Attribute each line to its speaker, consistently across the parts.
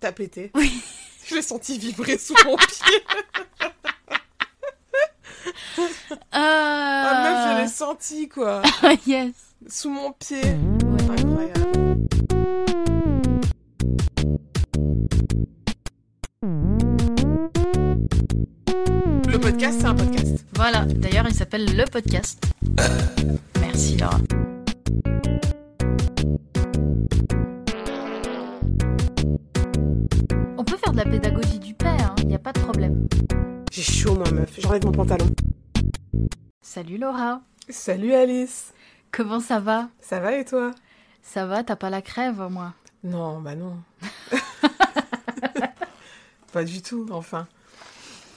Speaker 1: T'as pété
Speaker 2: Oui.
Speaker 1: Je l'ai senti vibrer sous mon pied. Ah, meuf, je l'ai senti, quoi.
Speaker 2: Ah, yes.
Speaker 1: Sous mon pied.
Speaker 2: Ouais.
Speaker 1: Incroyable. Le podcast, c'est un podcast.
Speaker 2: Voilà, d'ailleurs, il s'appelle Le Podcast. Merci, Laura. On peut faire de la pédagogie du père, il n'y a pas de problème.
Speaker 1: J'ai chaud, moi, meuf. J'enlève mon pantalon.
Speaker 2: Salut, Laura.
Speaker 1: Salut, Alice.
Speaker 2: Comment ça va
Speaker 1: Ça va et toi
Speaker 2: Ça va, t'as pas la crève, moi
Speaker 1: Non, bah non. Pas du tout, enfin.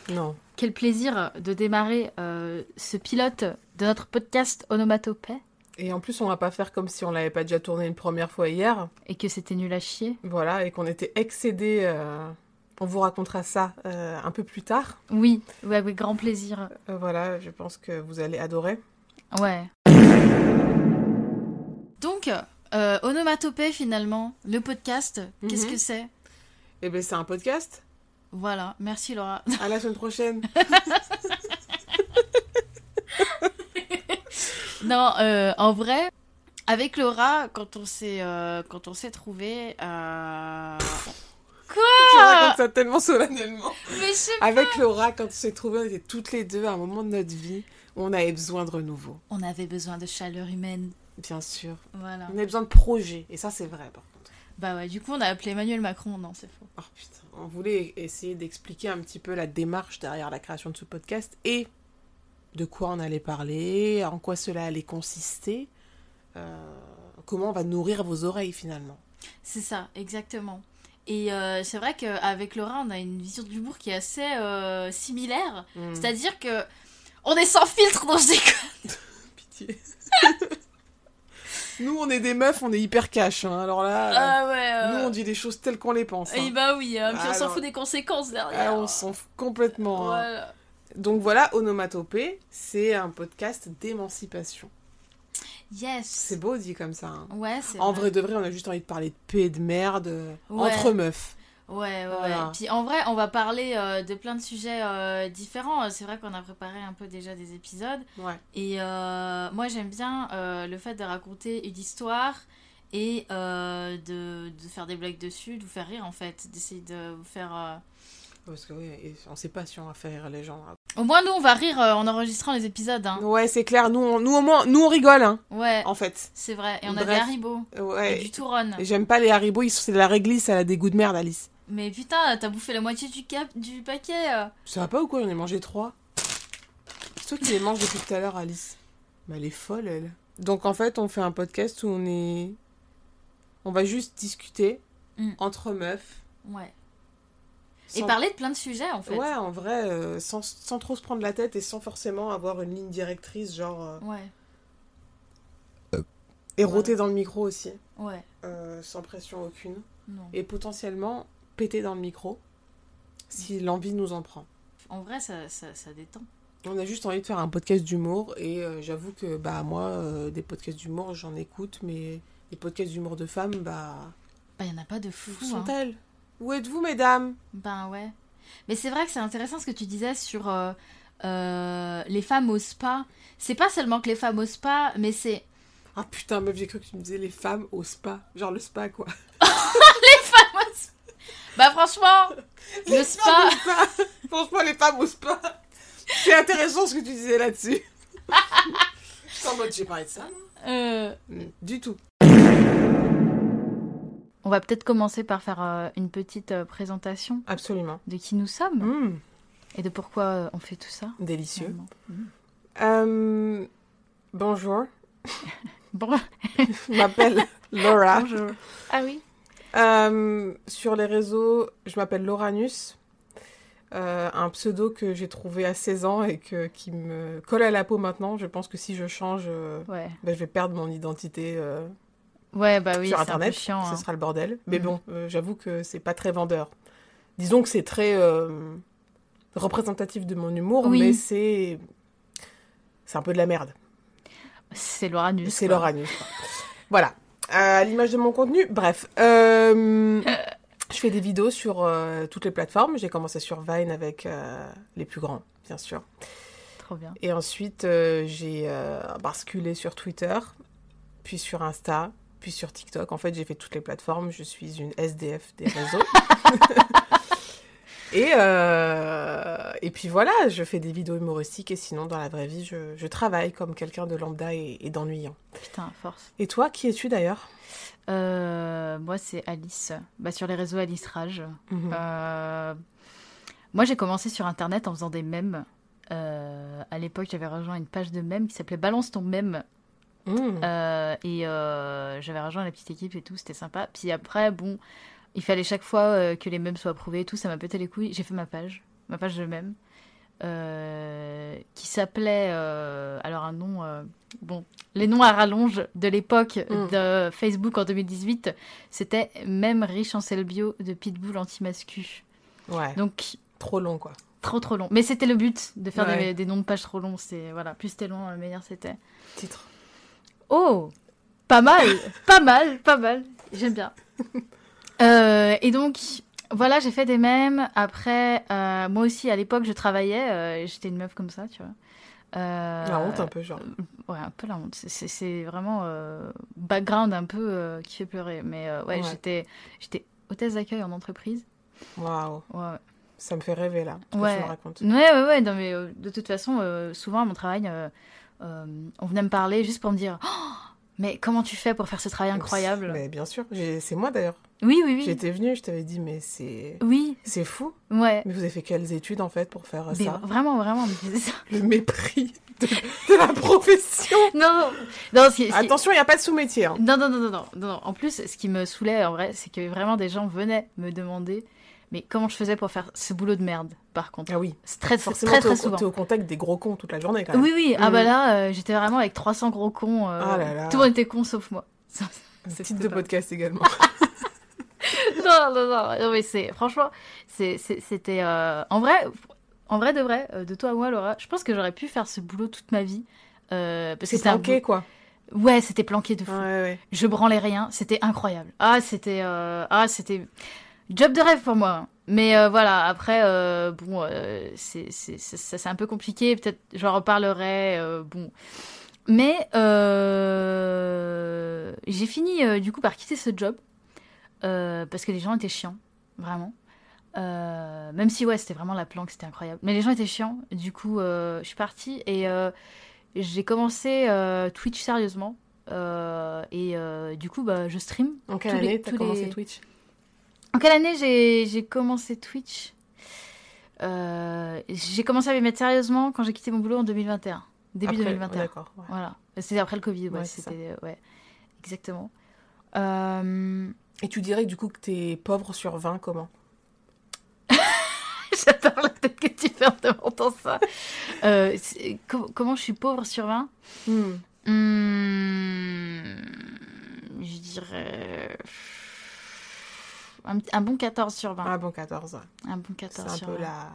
Speaker 1: Non.
Speaker 2: Quel plaisir de démarrer euh, ce pilote de notre podcast Onomatopée
Speaker 1: Et en plus, on va pas faire comme si on l'avait pas déjà tourné une première fois hier.
Speaker 2: et que c'était nul à chier.
Speaker 1: Voilà, et qu'on était excédé. On vous racontera ça euh, un peu plus tard.
Speaker 2: Oui, ouais, avec grand plaisir.
Speaker 1: Euh, voilà, je pense que vous allez adorer.
Speaker 2: Ouais. Donc, euh, Onomatopée finalement, le podcast,
Speaker 1: Mhm.
Speaker 2: qu'est-ce que c'est
Speaker 1: Eh bien, c'est un podcast.
Speaker 2: Voilà, merci Laura.
Speaker 1: À la semaine prochaine.
Speaker 2: non, euh, en vrai, avec Laura, quand on s'est euh, quand on s'est trouvé, euh...
Speaker 1: tu racontes ça tellement solennellement.
Speaker 2: mais je sais-
Speaker 1: Avec Laura, quand on s'est trouvés, on était toutes les deux à un moment de notre vie où on avait besoin de renouveau.
Speaker 2: on avait besoin de chaleur humaine.
Speaker 1: Bien sûr.
Speaker 2: Voilà.
Speaker 1: On avait besoin de projets. Et ça, c'est vrai, par contre.
Speaker 2: Bah ouais, du coup on a appelé Emmanuel Macron, non c'est faux.
Speaker 1: Oh putain, on voulait essayer d'expliquer un petit peu la démarche derrière la création de ce podcast et de quoi on allait parler, en quoi cela allait consister, euh, comment on va nourrir vos oreilles finalement.
Speaker 2: C'est ça, exactement. Et euh, c'est vrai qu'avec Laura, on a une vision de l'humour qui est assez euh, similaire.
Speaker 1: Hmm,
Speaker 2: C'est-à-dire que on est sans filtre, non je déconne.
Speaker 1: Pitié. Nous, on est des meufs, on est hyper cash. hein, Alors là,
Speaker 2: Ah ouais.
Speaker 1: euh,
Speaker 2: euh,
Speaker 1: nous, on dit les choses telles qu'on les pense.
Speaker 2: Eh
Speaker 1: hein.
Speaker 2: bah oui, hein, puis on s'en
Speaker 1: Alors-
Speaker 2: fout des conséquences derrière.
Speaker 1: Ah, on s'en fout complètement. hein.
Speaker 2: Voilà.
Speaker 1: Donc voilà, Onomatopée, c'est un podcast d'émancipation.
Speaker 2: Yes.
Speaker 1: C'est beau dit comme ça. hein.
Speaker 2: Ouais, c'est
Speaker 1: En vrai de vrai, on a juste envie de parler de paix et de merde euh,
Speaker 2: Ouais.
Speaker 1: entre meufs.
Speaker 2: Ouais, ouais, ouais.
Speaker 1: Voilà.
Speaker 2: Puis en vrai, on va parler euh, de plein de sujets euh, différents. C'est vrai qu'on a préparé un peu déjà des épisodes.
Speaker 1: Ouais.
Speaker 2: Et euh, moi, j'aime bien euh, le fait de raconter une histoire et euh, de, de faire des blagues dessus, de vous faire rire en fait, d'essayer de vous faire. euh,
Speaker 1: Parce que oui, et on sait pas si on va faire rire les gens. hein.
Speaker 2: Au moins, nous, on va rire euh, en enregistrant les épisodes. Hein.
Speaker 1: Ouais, c'est clair. Nous, on- nous au moins, nous on rigole, hein,
Speaker 2: Ouais,
Speaker 1: en fait.
Speaker 2: c'est vrai. Et on a
Speaker 1: Bref.
Speaker 2: des haribots.
Speaker 1: Euh,
Speaker 2: Et
Speaker 1: Ouais.
Speaker 2: du touron.
Speaker 1: Et J'aime pas les Haribo, ils sont c'est de la réglisse, elle a des goûts de merde, Alice.
Speaker 2: Mais putain, t'as bouffé la moitié du, cap... du paquet. euh.
Speaker 1: Ça va pas ou quoi J'en ai mangé trois. C'est toi qui les manges depuis tout à l'heure, Alice. Mais elle est folle, elle. Donc en fait, on fait un podcast où on est. On va juste discuter
Speaker 2: Mm.
Speaker 1: entre meufs.
Speaker 2: Ouais. Et
Speaker 1: sans-
Speaker 2: parler de plein de sujets en fait.
Speaker 1: Ouais, en vrai, euh, sans, sans trop se prendre la tête et sans forcément avoir une ligne directrice, genre. euh,
Speaker 2: Ouais,
Speaker 1: et rôter dans le micro aussi,
Speaker 2: ouais.
Speaker 1: euh, sans pression aucune.
Speaker 2: Non.
Speaker 1: et potentiellement péter dans le micro si l'envie nous en prend.
Speaker 2: En vrai, ça, ça, ça détend.
Speaker 1: On a juste envie de faire un podcast d'humour et euh, j'avoue que bah moi euh, des podcasts d'humour j'en écoute mais les podcasts d'humour de femmes bah
Speaker 2: Bah, y'en a pas de
Speaker 1: où
Speaker 2: fou. hein.
Speaker 1: sont-elles Où êtes-vous mesdames
Speaker 2: Ben ouais. Mais c'est vrai que c'est intéressant ce que tu disais sur euh, euh, les femmes au spa. C'est pas seulement que les femmes au spa, mais c'est
Speaker 1: Ah putain meuf j'ai cru que tu me disais les femmes au spa genre le spa quoi.
Speaker 2: Bah franchement, le spa,
Speaker 1: Franchement les femmes au spa c'est intéressant ce que tu disais là-dessus. Je en mode j'ai parlé de ça.
Speaker 2: euh,
Speaker 1: Mm. Du tout.
Speaker 2: on va peut-être commencer par faire euh, une petite euh, présentation
Speaker 1: Absolument.
Speaker 2: de qui nous sommes
Speaker 1: Mmh,
Speaker 2: et de pourquoi euh, on fait tout ça.
Speaker 1: délicieux.
Speaker 2: finalement.
Speaker 1: Euh, bonjour.
Speaker 2: Bon-
Speaker 1: Je m'appelle Laura.
Speaker 2: Bonjour. Ah oui.
Speaker 1: Euh, sur les réseaux, je m'appelle Lauranus. Euh, un pseudo que j'ai trouvé à 16 ans et que, qui me colle à la peau maintenant. Je pense que si je change, euh,
Speaker 2: Ouais.
Speaker 1: ben, je vais perdre mon identité euh,
Speaker 2: Ouais, bah oui, c'est
Speaker 1: sur
Speaker 2: un peu
Speaker 1: Internet.
Speaker 2: chiant. hein.
Speaker 1: Ce sera le bordel. Mais
Speaker 2: Mhm.
Speaker 1: bon, euh, j'avoue que c'est pas très vendeur. Disons que c'est très euh, représentatif de mon humour,
Speaker 2: Oui.
Speaker 1: mais c'est. C'est un peu de la merde.
Speaker 2: C'est Laura Nus.
Speaker 1: C'est
Speaker 2: quoi.
Speaker 1: Laura News. quoi. voilà. Euh, À l'image de mon contenu, bref. Euh, Je fais des vidéos sur euh, toutes les plateformes. J'ai commencé sur Vine avec euh, les plus grands, bien sûr.
Speaker 2: Trop bien.
Speaker 1: Et ensuite, euh, j'ai euh, basculé sur Twitter, puis sur Insta, puis sur TikTok. En fait, j'ai fait toutes les plateformes. Je suis une SDF des réseaux. et, euh, et puis voilà, je fais des vidéos humoristiques et sinon, dans la vraie vie, je, je travaille comme quelqu'un de lambda et, et d'ennuyant.
Speaker 2: Putain, force.
Speaker 1: Et toi, qui es-tu d'ailleurs
Speaker 2: Euh, moi, c'est Alice. Bah, sur les réseaux Alice Rage.
Speaker 1: Mhm.
Speaker 2: Euh, Moi, j'ai commencé sur Internet en faisant des mèmes. Euh, à l'époque, j'avais rejoint une page de mèmes qui s'appelait Balance ton mème.
Speaker 1: Mmh.
Speaker 2: Euh, et euh, j'avais rejoint la petite équipe et tout, c'était sympa. Puis après, bon, il fallait chaque fois euh, que les mèmes soient approuvés et tout, ça m'a pété les couilles. J'ai fait ma page, ma page de mèmes, euh, qui s'appelait, euh, alors un nom, euh, bon, les noms à rallonge de l'époque
Speaker 1: Mm.
Speaker 2: de Facebook en 2018, c'était Mème riche en sel bio de Pitbull anti-mascu.
Speaker 1: Ouais,
Speaker 2: Donc,
Speaker 1: trop long quoi.
Speaker 2: trop trop long. Mais c'était le but, de faire
Speaker 1: Ouais.
Speaker 2: des, des noms de pages trop longs. C'est, voilà, plus c'était long, le meilleur c'était.
Speaker 1: Titre.
Speaker 2: Oh, pas mal, pas mal, pas mal. J'aime bien. Euh, et donc, voilà, j'ai fait des mèmes. Après, euh, moi aussi, à l'époque, je travaillais. euh, J'étais une meuf comme ça, tu vois. Euh,
Speaker 1: La honte un peu, genre.
Speaker 2: Ouais, un peu la honte. C'est- C'est c'est vraiment euh, background un peu euh, qui fait pleurer. Mais euh, ouais,
Speaker 1: Ouais.
Speaker 2: j'étais j'étais hôtesse d'accueil en entreprise.
Speaker 1: Waouh,
Speaker 2: Ouais, ouais.
Speaker 1: ça me fait rêver là. ce que
Speaker 2: Ouais.
Speaker 1: tu me racontes.
Speaker 2: Ouais, ouais, ouais, non, mais euh, de toute façon, euh, souvent à mon travail, euh, euh, on venait me parler juste pour me dire Oh, Mais comment tu fais pour faire ce travail incroyable
Speaker 1: Mais bien sûr, j'ai- c'est moi d'ailleurs.
Speaker 2: Oui, oui, oui.
Speaker 1: J'étais venue, je t'avais dit, mais c'est.
Speaker 2: Oui,
Speaker 1: C'est fou.
Speaker 2: ouais.
Speaker 1: Mais vous avez fait quelles études en fait pour faire euh,
Speaker 2: Mais
Speaker 1: ça
Speaker 2: vraiment, vraiment. mais c'est ça.
Speaker 1: Le mépris de, de la profession.
Speaker 2: Non, non, ce qui- ce qui-
Speaker 1: Attention, il n'y a pas de sous-métier. hein.
Speaker 2: non, non, non, non, non, non, non. En plus, ce qui me saoulait en vrai, c'est que vraiment des gens venaient me demander, mais comment je faisais pour faire ce boulot de merde, par contre.
Speaker 1: Ah oui,
Speaker 2: C'est Très, très,
Speaker 1: forcément,
Speaker 2: très,
Speaker 1: t'es au-
Speaker 2: très souvent.
Speaker 1: t'es au contact des gros cons toute la journée quand même.
Speaker 2: Oui, oui, ah
Speaker 1: Mm.
Speaker 2: bah là, euh, j'étais vraiment avec 300 gros cons. euh,
Speaker 1: Ah là là.
Speaker 2: Tout le monde était con sauf moi. c'est-
Speaker 1: Titre
Speaker 2: c'est
Speaker 1: de
Speaker 2: pas-
Speaker 1: podcast également.
Speaker 2: non, non, non, non, mais c'est franchement, c'est- c'est- c'était euh, en vrai, en vrai de vrai, euh, de toi à moi, Laura, je pense que j'aurais pu faire ce boulot toute ma vie. euh, parce
Speaker 1: C'est
Speaker 2: que c'était un
Speaker 1: planqué quoi.
Speaker 2: boulot- Ouais, c'était planqué de fou.
Speaker 1: Ouais, ouais.
Speaker 2: Je branlais rien, c'était incroyable. Ah, c'était euh, ah, c'était job de rêve pour moi. Mais euh, voilà, après euh, bon, euh, c'est c'est c'est- ça, c'est un peu compliqué, peut-être j'en reparlerai euh, bon. Mais euh, j'ai fini euh, du coup par quitter ce job euh, parce que les gens étaient chiants, vraiment. Euh, même si ouais, c'était vraiment la planque, c'était incroyable. Mais les gens étaient chiants. Du coup, euh, je suis partie et euh, j'ai commencé euh, Twitch sérieusement. Euh, et euh, du coup, bah, je stream.
Speaker 1: En quelle
Speaker 2: Tous les-
Speaker 1: année t'as
Speaker 2: tous
Speaker 1: commencé
Speaker 2: les-
Speaker 1: Twitch
Speaker 2: En quelle année j'ai j'ai commencé Twitch Euh, J'ai commencé à m'y mettre sérieusement quand j'ai quitté mon boulot en 2021. Début
Speaker 1: Après,
Speaker 2: 2021.
Speaker 1: ouais, D'accord. ouais.
Speaker 2: Voilà. C'était après le Covid, ouais.
Speaker 1: Ouais, c'est ça.
Speaker 2: c'était, ouais. Exactement. Euh,
Speaker 1: Et tu dirais du coup que t'es pauvre sur 20 comment
Speaker 2: J'adore la tête que tu fais en demandant ça. Euh, c'est- com- comment je suis pauvre sur 20 Hmm, Je dirais. Un, petit- un bon 14 sur 20.
Speaker 1: Ah bon, 14. ouais.
Speaker 2: Un bon
Speaker 1: C'est
Speaker 2: 14
Speaker 1: un
Speaker 2: sur
Speaker 1: peu
Speaker 2: 20.
Speaker 1: la.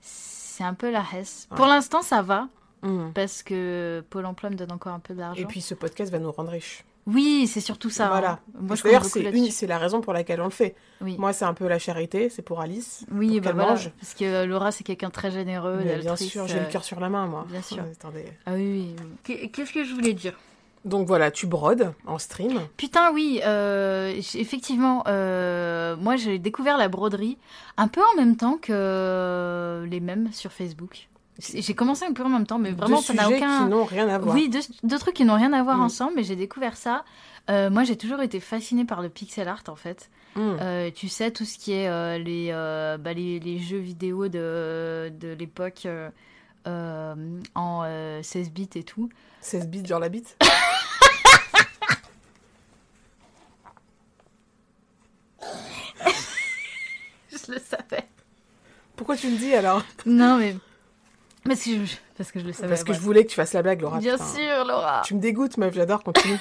Speaker 2: C'est un peu la hesse.
Speaker 1: Ouais.
Speaker 2: Pour l'instant, ça va.
Speaker 1: Hmm.
Speaker 2: Parce que Pôle emploi me donne encore un peu d'argent.
Speaker 1: Et puis ce podcast va nous rendre riches.
Speaker 2: Oui, c'est surtout ça.
Speaker 1: Voilà.
Speaker 2: hein. Moi, je compte
Speaker 1: D'ailleurs,
Speaker 2: beaucoup
Speaker 1: c'est
Speaker 2: là-dessus.
Speaker 1: une- c'est la raison pour laquelle on le fait.
Speaker 2: Oui.
Speaker 1: Moi, c'est un peu la charité, c'est pour Alice.
Speaker 2: Oui,
Speaker 1: pour
Speaker 2: bah
Speaker 1: qu'elle
Speaker 2: voilà,
Speaker 1: mange.
Speaker 2: parce que euh, Laura, c'est quelqu'un de très généreux.
Speaker 1: Mais bien
Speaker 2: d'altruiste,
Speaker 1: sûr, j'ai
Speaker 2: euh,
Speaker 1: le cœur sur la main, moi.
Speaker 2: bien sûr.
Speaker 1: Euh, attendez.
Speaker 2: Ah oui, oui, oui. Qu'est-ce que je voulais dire
Speaker 1: Donc voilà, tu brodes en stream.
Speaker 2: Putain, oui, euh, j- effectivement, euh, moi j'ai découvert la broderie un peu en même temps que euh, les mèmes sur Facebook. C'est- J'ai commencé un peu en même temps, mais vraiment
Speaker 1: deux
Speaker 2: ça n'a
Speaker 1: sujets
Speaker 2: aucun.
Speaker 1: qui n'ont rien à voir.
Speaker 2: Oui, deux, deux trucs qui n'ont rien à voir
Speaker 1: Mm.
Speaker 2: ensemble, mais j'ai découvert ça. Euh, moi j'ai toujours été fascinée par le pixel art en fait.
Speaker 1: Mm.
Speaker 2: Euh, tu sais, tout ce qui est euh, les, euh, bah, les, les jeux vidéo de, de l'époque euh, euh, en euh, 16 bits et tout.
Speaker 1: 16 bits, genre la bite.
Speaker 2: Je le savais.
Speaker 1: Pourquoi tu me dis alors
Speaker 2: Non, mais. Parce que je, parce que je le savais.
Speaker 1: Parce que
Speaker 2: ouais.
Speaker 1: je voulais que tu fasses la blague, Laura.
Speaker 2: bah Bien
Speaker 1: putain.
Speaker 2: sûr, Laura.
Speaker 1: Tu me dégoûtes, meuf, j'adore, continue.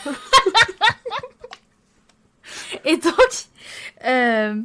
Speaker 2: Et donc, euh,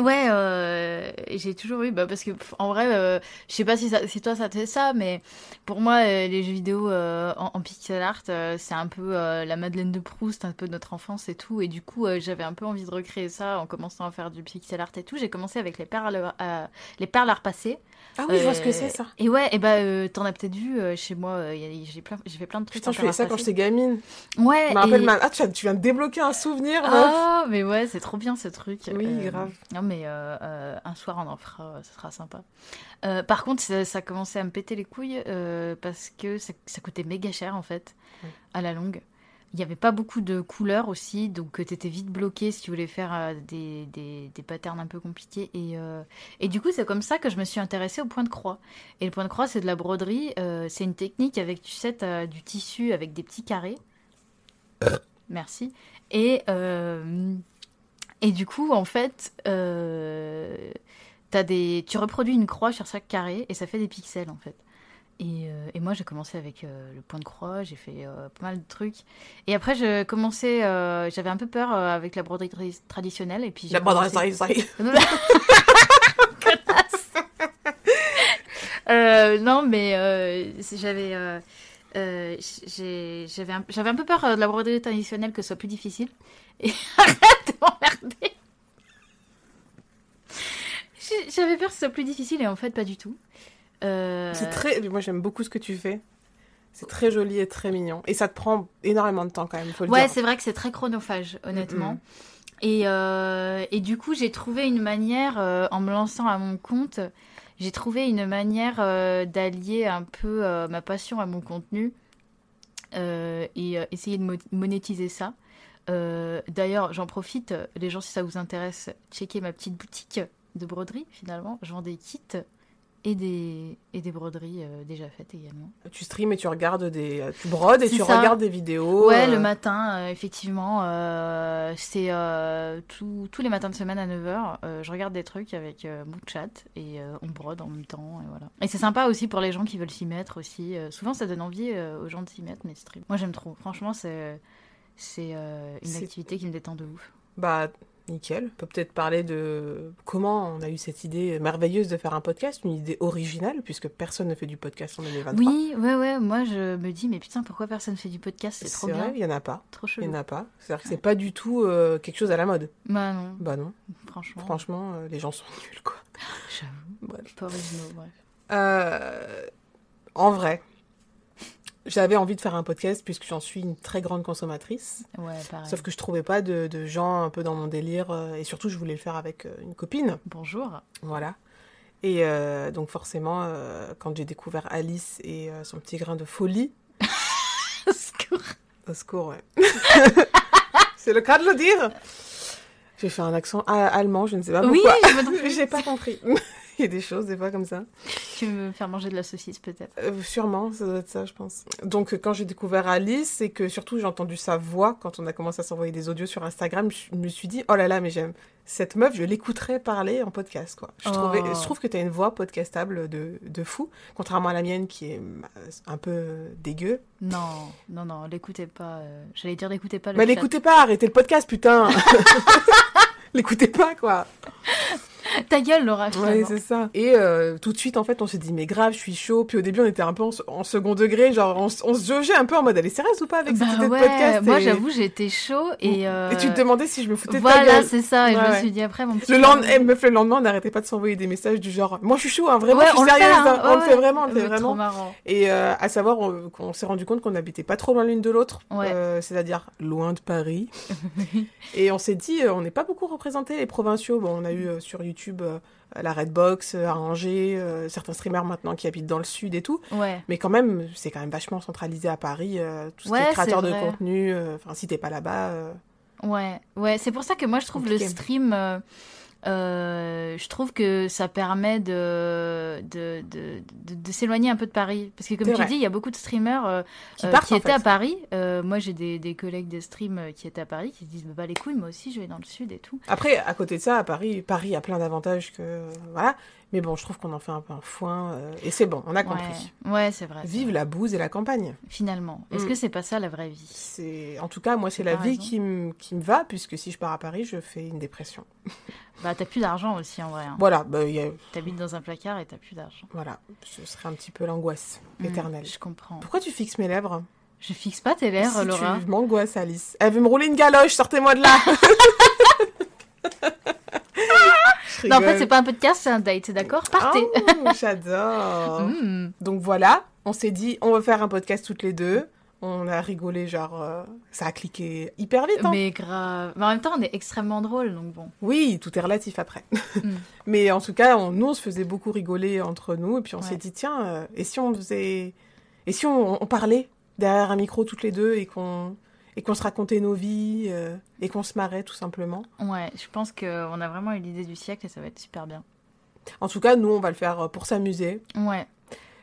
Speaker 2: Ouais, euh, j'ai toujours eu, bah, parce que pff, en vrai, euh, je sais pas si, ça- si toi ça te fait ça, mais pour moi, euh, les jeux vidéo euh, en, en pixel art, euh, c'est un peu euh, la Madeleine de Proust, un peu de notre enfance et tout. Et du coup, euh, j'avais un peu envie de recréer ça en commençant à faire du pixel art et tout. J'ai commencé avec les perles, à- les perles à repasser.
Speaker 1: Ah oui, je vois ce que
Speaker 2: Euh,
Speaker 1: c'est ça.
Speaker 2: Et ouais, et bah euh, t'en as peut-être vu euh, chez moi, euh, y a- j'ai plein, j'ai fait plein de trucs.
Speaker 1: Putain,
Speaker 2: en
Speaker 1: je faisais
Speaker 2: perles à
Speaker 1: ça quand
Speaker 2: repasser.
Speaker 1: j'étais gamine.
Speaker 2: Ouais.
Speaker 1: Je me rappelle
Speaker 2: et-
Speaker 1: mal. Ah, tu viens, tu viens de débloquer un souvenir, meuf.
Speaker 2: Ah, mais ouais, c'est trop bien ce truc.
Speaker 1: Oui,
Speaker 2: Euh,
Speaker 1: grave.
Speaker 2: Non, mais euh, euh, un soir, on en fera, ça sera sympa. Euh, par contre, ça, ça commençait à me péter les couilles euh, parce que ça, ça coûtait méga cher en fait,
Speaker 1: Ouais.
Speaker 2: à la longue. Il n'y avait pas beaucoup de couleurs aussi, donc euh, t'étais vite bloqué si tu voulais faire euh, des, des, des patterns un peu compliqués. Et, euh, et du coup, c'est comme ça que je me suis intéressée au point de croix. Et le point de croix, c'est de la broderie. euh, c'est une technique avec, tu sais, t'as du tissu avec des petits carrés. Merci. Et, euh, et du coup, en fait, euh, t'as des... tu reproduis une croix sur chaque carré et ça fait des pixels, en fait. Et, euh, et moi, j'ai commencé avec euh, le point de croix, j'ai fait euh, pas mal de trucs. Et après, je commençais, euh, j'avais un peu peur euh, avec la broderie tra- traditionnelle. Et puis j'ai
Speaker 1: La bande
Speaker 2: commencé-
Speaker 1: ça arrive.
Speaker 2: Connasse. Euh, non, mais euh, c'est- j'avais euh, euh, j'ai- j'avais un, j'avais un peu peur euh, de la broderie traditionnelle que ce soit plus difficile. Et arrête de m'emmerder J'ai- J'avais peur que ce soit plus difficile et en fait, pas du tout. Euh,
Speaker 1: C'est très. Moi, j'aime beaucoup ce que tu fais. C'est très joli et très mignon. Et ça te prend énormément de temps quand même, faut le
Speaker 2: Ouais,
Speaker 1: dire.
Speaker 2: c'est vrai que c'est très chronophage, honnêtement. Et, euh, et du coup, j'ai trouvé une manière, euh, en me lançant à mon compte, j'ai trouvé une manière euh, d'allier un peu euh, ma passion à mon contenu euh, et euh, essayer de mo- monétiser ça. Euh, D'ailleurs, j'en profite, euh, les gens, si ça vous intéresse, checkez ma petite boutique de broderie, finalement. Je vends des kits et des, et des broderies euh, déjà faites également.
Speaker 1: Tu stream et tu regardes des. Tu brodes et
Speaker 2: C'est
Speaker 1: tu
Speaker 2: ça.
Speaker 1: regardes des vidéos.
Speaker 2: Ouais,
Speaker 1: euh,
Speaker 2: le matin, euh, effectivement, euh, c'est euh, tout- tous les matins de semaine à 9h, je regarde des trucs avec euh, mon chat et euh, on brode en même temps et voilà. Et c'est sympa aussi pour les gens qui veulent s'y mettre aussi. Euh, souvent, ça donne envie euh, aux gens de s'y mettre, mes streams. Moi, j'aime trop. Franchement, c'est c'est euh, une
Speaker 1: C'est-
Speaker 2: activité qui me détend de ouf.
Speaker 1: Bah, nickel. On peut peut-être parler de comment on a eu cette idée merveilleuse de faire un podcast, une idée originale, puisque personne ne fait du podcast en 2023.
Speaker 2: Oui, ouais, ouais. Moi, je me dis, mais putain, pourquoi personne fait du podcast C'est trop
Speaker 1: C'est vrai,
Speaker 2: bien,
Speaker 1: il n'y en a pas.
Speaker 2: trop
Speaker 1: Il n'y
Speaker 2: chelou.
Speaker 1: en a pas. C'est-à-dire que c'est pas du tout euh, quelque chose à la mode.
Speaker 2: Bah non,
Speaker 1: Bah non.
Speaker 2: franchement.
Speaker 1: Franchement, euh, les gens sont nuls, quoi.
Speaker 2: J'avoue.
Speaker 1: Bref.
Speaker 2: Pas originaux, bref.
Speaker 1: Euh, en vrai, j'avais envie de faire un podcast puisque j'en suis une très grande consommatrice.
Speaker 2: Ouais, pareil.
Speaker 1: Sauf que je trouvais pas de, de gens un peu dans mon délire. euh, et surtout, je voulais le faire avec euh, une copine.
Speaker 2: Bonjour.
Speaker 1: Voilà. Et euh, donc forcément, euh, quand j'ai découvert Alice et euh, son petit grain de folie, au secours, ouais. C'est le cas de le dire. J'ai fait un accent a- allemand, je ne sais pas
Speaker 2: oui,
Speaker 1: pourquoi.
Speaker 2: je me demande-
Speaker 1: j'ai pas compris. Il y a des choses, des fois, comme ça.
Speaker 2: Tu veux me faire manger de la saucisse peut-être
Speaker 1: Euh, sûrement, ça doit être ça, je pense. Donc, euh, quand j'ai découvert Alice et que surtout j'ai entendu sa voix quand on a commencé à s'envoyer des audios sur Instagram, je me suis dit, oh là là, mais j'aime cette meuf, je l'écouterais parler en podcast, quoi. Je,
Speaker 2: Oh.
Speaker 1: trouvais, je trouve que t'as une voix podcastable de, de fou, contrairement à la mienne qui est euh, un peu dégueu.
Speaker 2: Non, non, non, l'écoutez pas. euh, J'allais dire l'écoutez pas. Le
Speaker 1: Mais
Speaker 2: chat.
Speaker 1: l'écoutez pas, arrêtez le podcast, putain! L'écoutez pas, quoi.
Speaker 2: Ta gueule, Laura.
Speaker 1: Ouais,
Speaker 2: finalement.
Speaker 1: c'est ça. Et euh, tout de suite, en fait, on s'est dit, mais grave, je suis chaud. Puis au début, on était un peu en, se- en second degré. Genre, on, s- on se jaugeait un peu en mode, elle est sérieuse ou pas avec cette
Speaker 2: bah
Speaker 1: idée
Speaker 2: ouais,
Speaker 1: de podcast
Speaker 2: moi
Speaker 1: Et-
Speaker 2: j'avoue j'étais chaud et. euh,
Speaker 1: Et tu te demandais si je me foutais de ta
Speaker 2: Voilà,
Speaker 1: gueule.
Speaker 2: c'est ça. Et je
Speaker 1: Ouais,
Speaker 2: me
Speaker 1: ouais.
Speaker 2: suis dit après mon petit.
Speaker 1: Le lendemain, eh, meuf, le lendemain, on n'arrêtait pas de s'envoyer des messages du genre, moi je suis chaud, hein, vraiment,
Speaker 2: Ouais,
Speaker 1: je suis
Speaker 2: on le fait,
Speaker 1: sérieuse,
Speaker 2: hein,
Speaker 1: hein. on le
Speaker 2: ouais,
Speaker 1: fait vraiment, on le fait
Speaker 2: ouais, Trop
Speaker 1: vraiment.
Speaker 2: marrant.
Speaker 1: Et euh, à savoir, on, qu'on s'est rendu compte qu'on n'habitait pas trop loin l'une de l'autre,
Speaker 2: Ouais.
Speaker 1: euh, c'est-à-dire loin de Paris. Et on s'est dit, euh, on n'est pas beaucoup représentés, les provinciaux. Bon, on a eu euh, sur YouTube euh, la Redbox, euh, à Angers, euh, certains streamers maintenant qui habitent dans le sud et tout.
Speaker 2: Ouais.
Speaker 1: Mais quand même, c'est quand même vachement centralisé à Paris, euh, tout ce
Speaker 2: Ouais,
Speaker 1: qui est
Speaker 2: c'est
Speaker 1: créateur de
Speaker 2: vrai.
Speaker 1: contenu. euh, Enfin, si t'es pas là-bas. euh,
Speaker 2: Ouais, ouais, c'est pour ça que moi je trouve
Speaker 1: Compliqué.
Speaker 2: le stream, euh, euh, je trouve que ça permet de, de, de, de, de s'éloigner un peu de Paris. Parce que comme
Speaker 1: C'est
Speaker 2: tu
Speaker 1: vrai.
Speaker 2: dis, il y a beaucoup de streamers euh,
Speaker 1: Qui
Speaker 2: euh,
Speaker 1: partent, en
Speaker 2: étaient
Speaker 1: fait.
Speaker 2: à Paris. Euh, moi j'ai des, des collègues de stream euh, qui étaient à Paris qui se disent, bah, bah les couilles, moi aussi je vais dans le sud et tout.
Speaker 1: Après, à côté de ça, à Paris, Paris a plein d'avantages que. euh, Voilà. Mais bon, je trouve qu'on en fait un peu un foin. euh, et c'est bon, on a compris.
Speaker 2: Ouais, ouais c'est vrai.
Speaker 1: Vive la bouse et la campagne.
Speaker 2: Finalement. Est-ce
Speaker 1: Mm.
Speaker 2: que c'est pas ça la vraie vie
Speaker 1: C'est, en tout cas, moi, c'est la
Speaker 2: T'as
Speaker 1: vie
Speaker 2: raison.
Speaker 1: qui me qui me va, puisque si je pars à Paris, je fais une dépression.
Speaker 2: Bah, t'as plus d'argent aussi en vrai. hein.
Speaker 1: Voilà, bah, il y a-
Speaker 2: T'habites dans un placard et t'as plus d'argent.
Speaker 1: voilà, ce serait un petit peu l'angoisse
Speaker 2: Mm,
Speaker 1: éternelle.
Speaker 2: je comprends.
Speaker 1: Pourquoi tu fixes mes lèvres
Speaker 2: Je fixe pas tes lèvres,
Speaker 1: Si
Speaker 2: Laura.
Speaker 1: tu m'angoisses, Alice. Elle veut me rouler une galoche, sortez-moi de là Je
Speaker 2: Non, en fait,
Speaker 1: rigole.
Speaker 2: c'est pas un podcast, c'est un date, d'accord Partez
Speaker 1: Oh, J'adore
Speaker 2: Mm.
Speaker 1: Donc voilà, on s'est dit, on va faire un podcast toutes les deux. On a rigolé, genre, euh, ça a cliqué hyper vite. hein.
Speaker 2: Mais grave. Mais en même temps, on est extrêmement drôle, donc bon.
Speaker 1: Oui, tout est relatif après.
Speaker 2: Mm.
Speaker 1: Mais en tout cas, on, nous, on se faisait beaucoup rigoler entre nous. Et puis on
Speaker 2: Ouais.
Speaker 1: s'est dit, tiens, euh, et si on faisait. Et si on, on parlait derrière un micro toutes les deux et qu'on et qu'on se racontait nos vies euh, et qu'on se marrait tout simplement
Speaker 2: Ouais, je pense qu'on a vraiment eu l'idée du siècle et ça va être super bien.
Speaker 1: En tout cas, nous, on va le faire pour s'amuser.
Speaker 2: Ouais,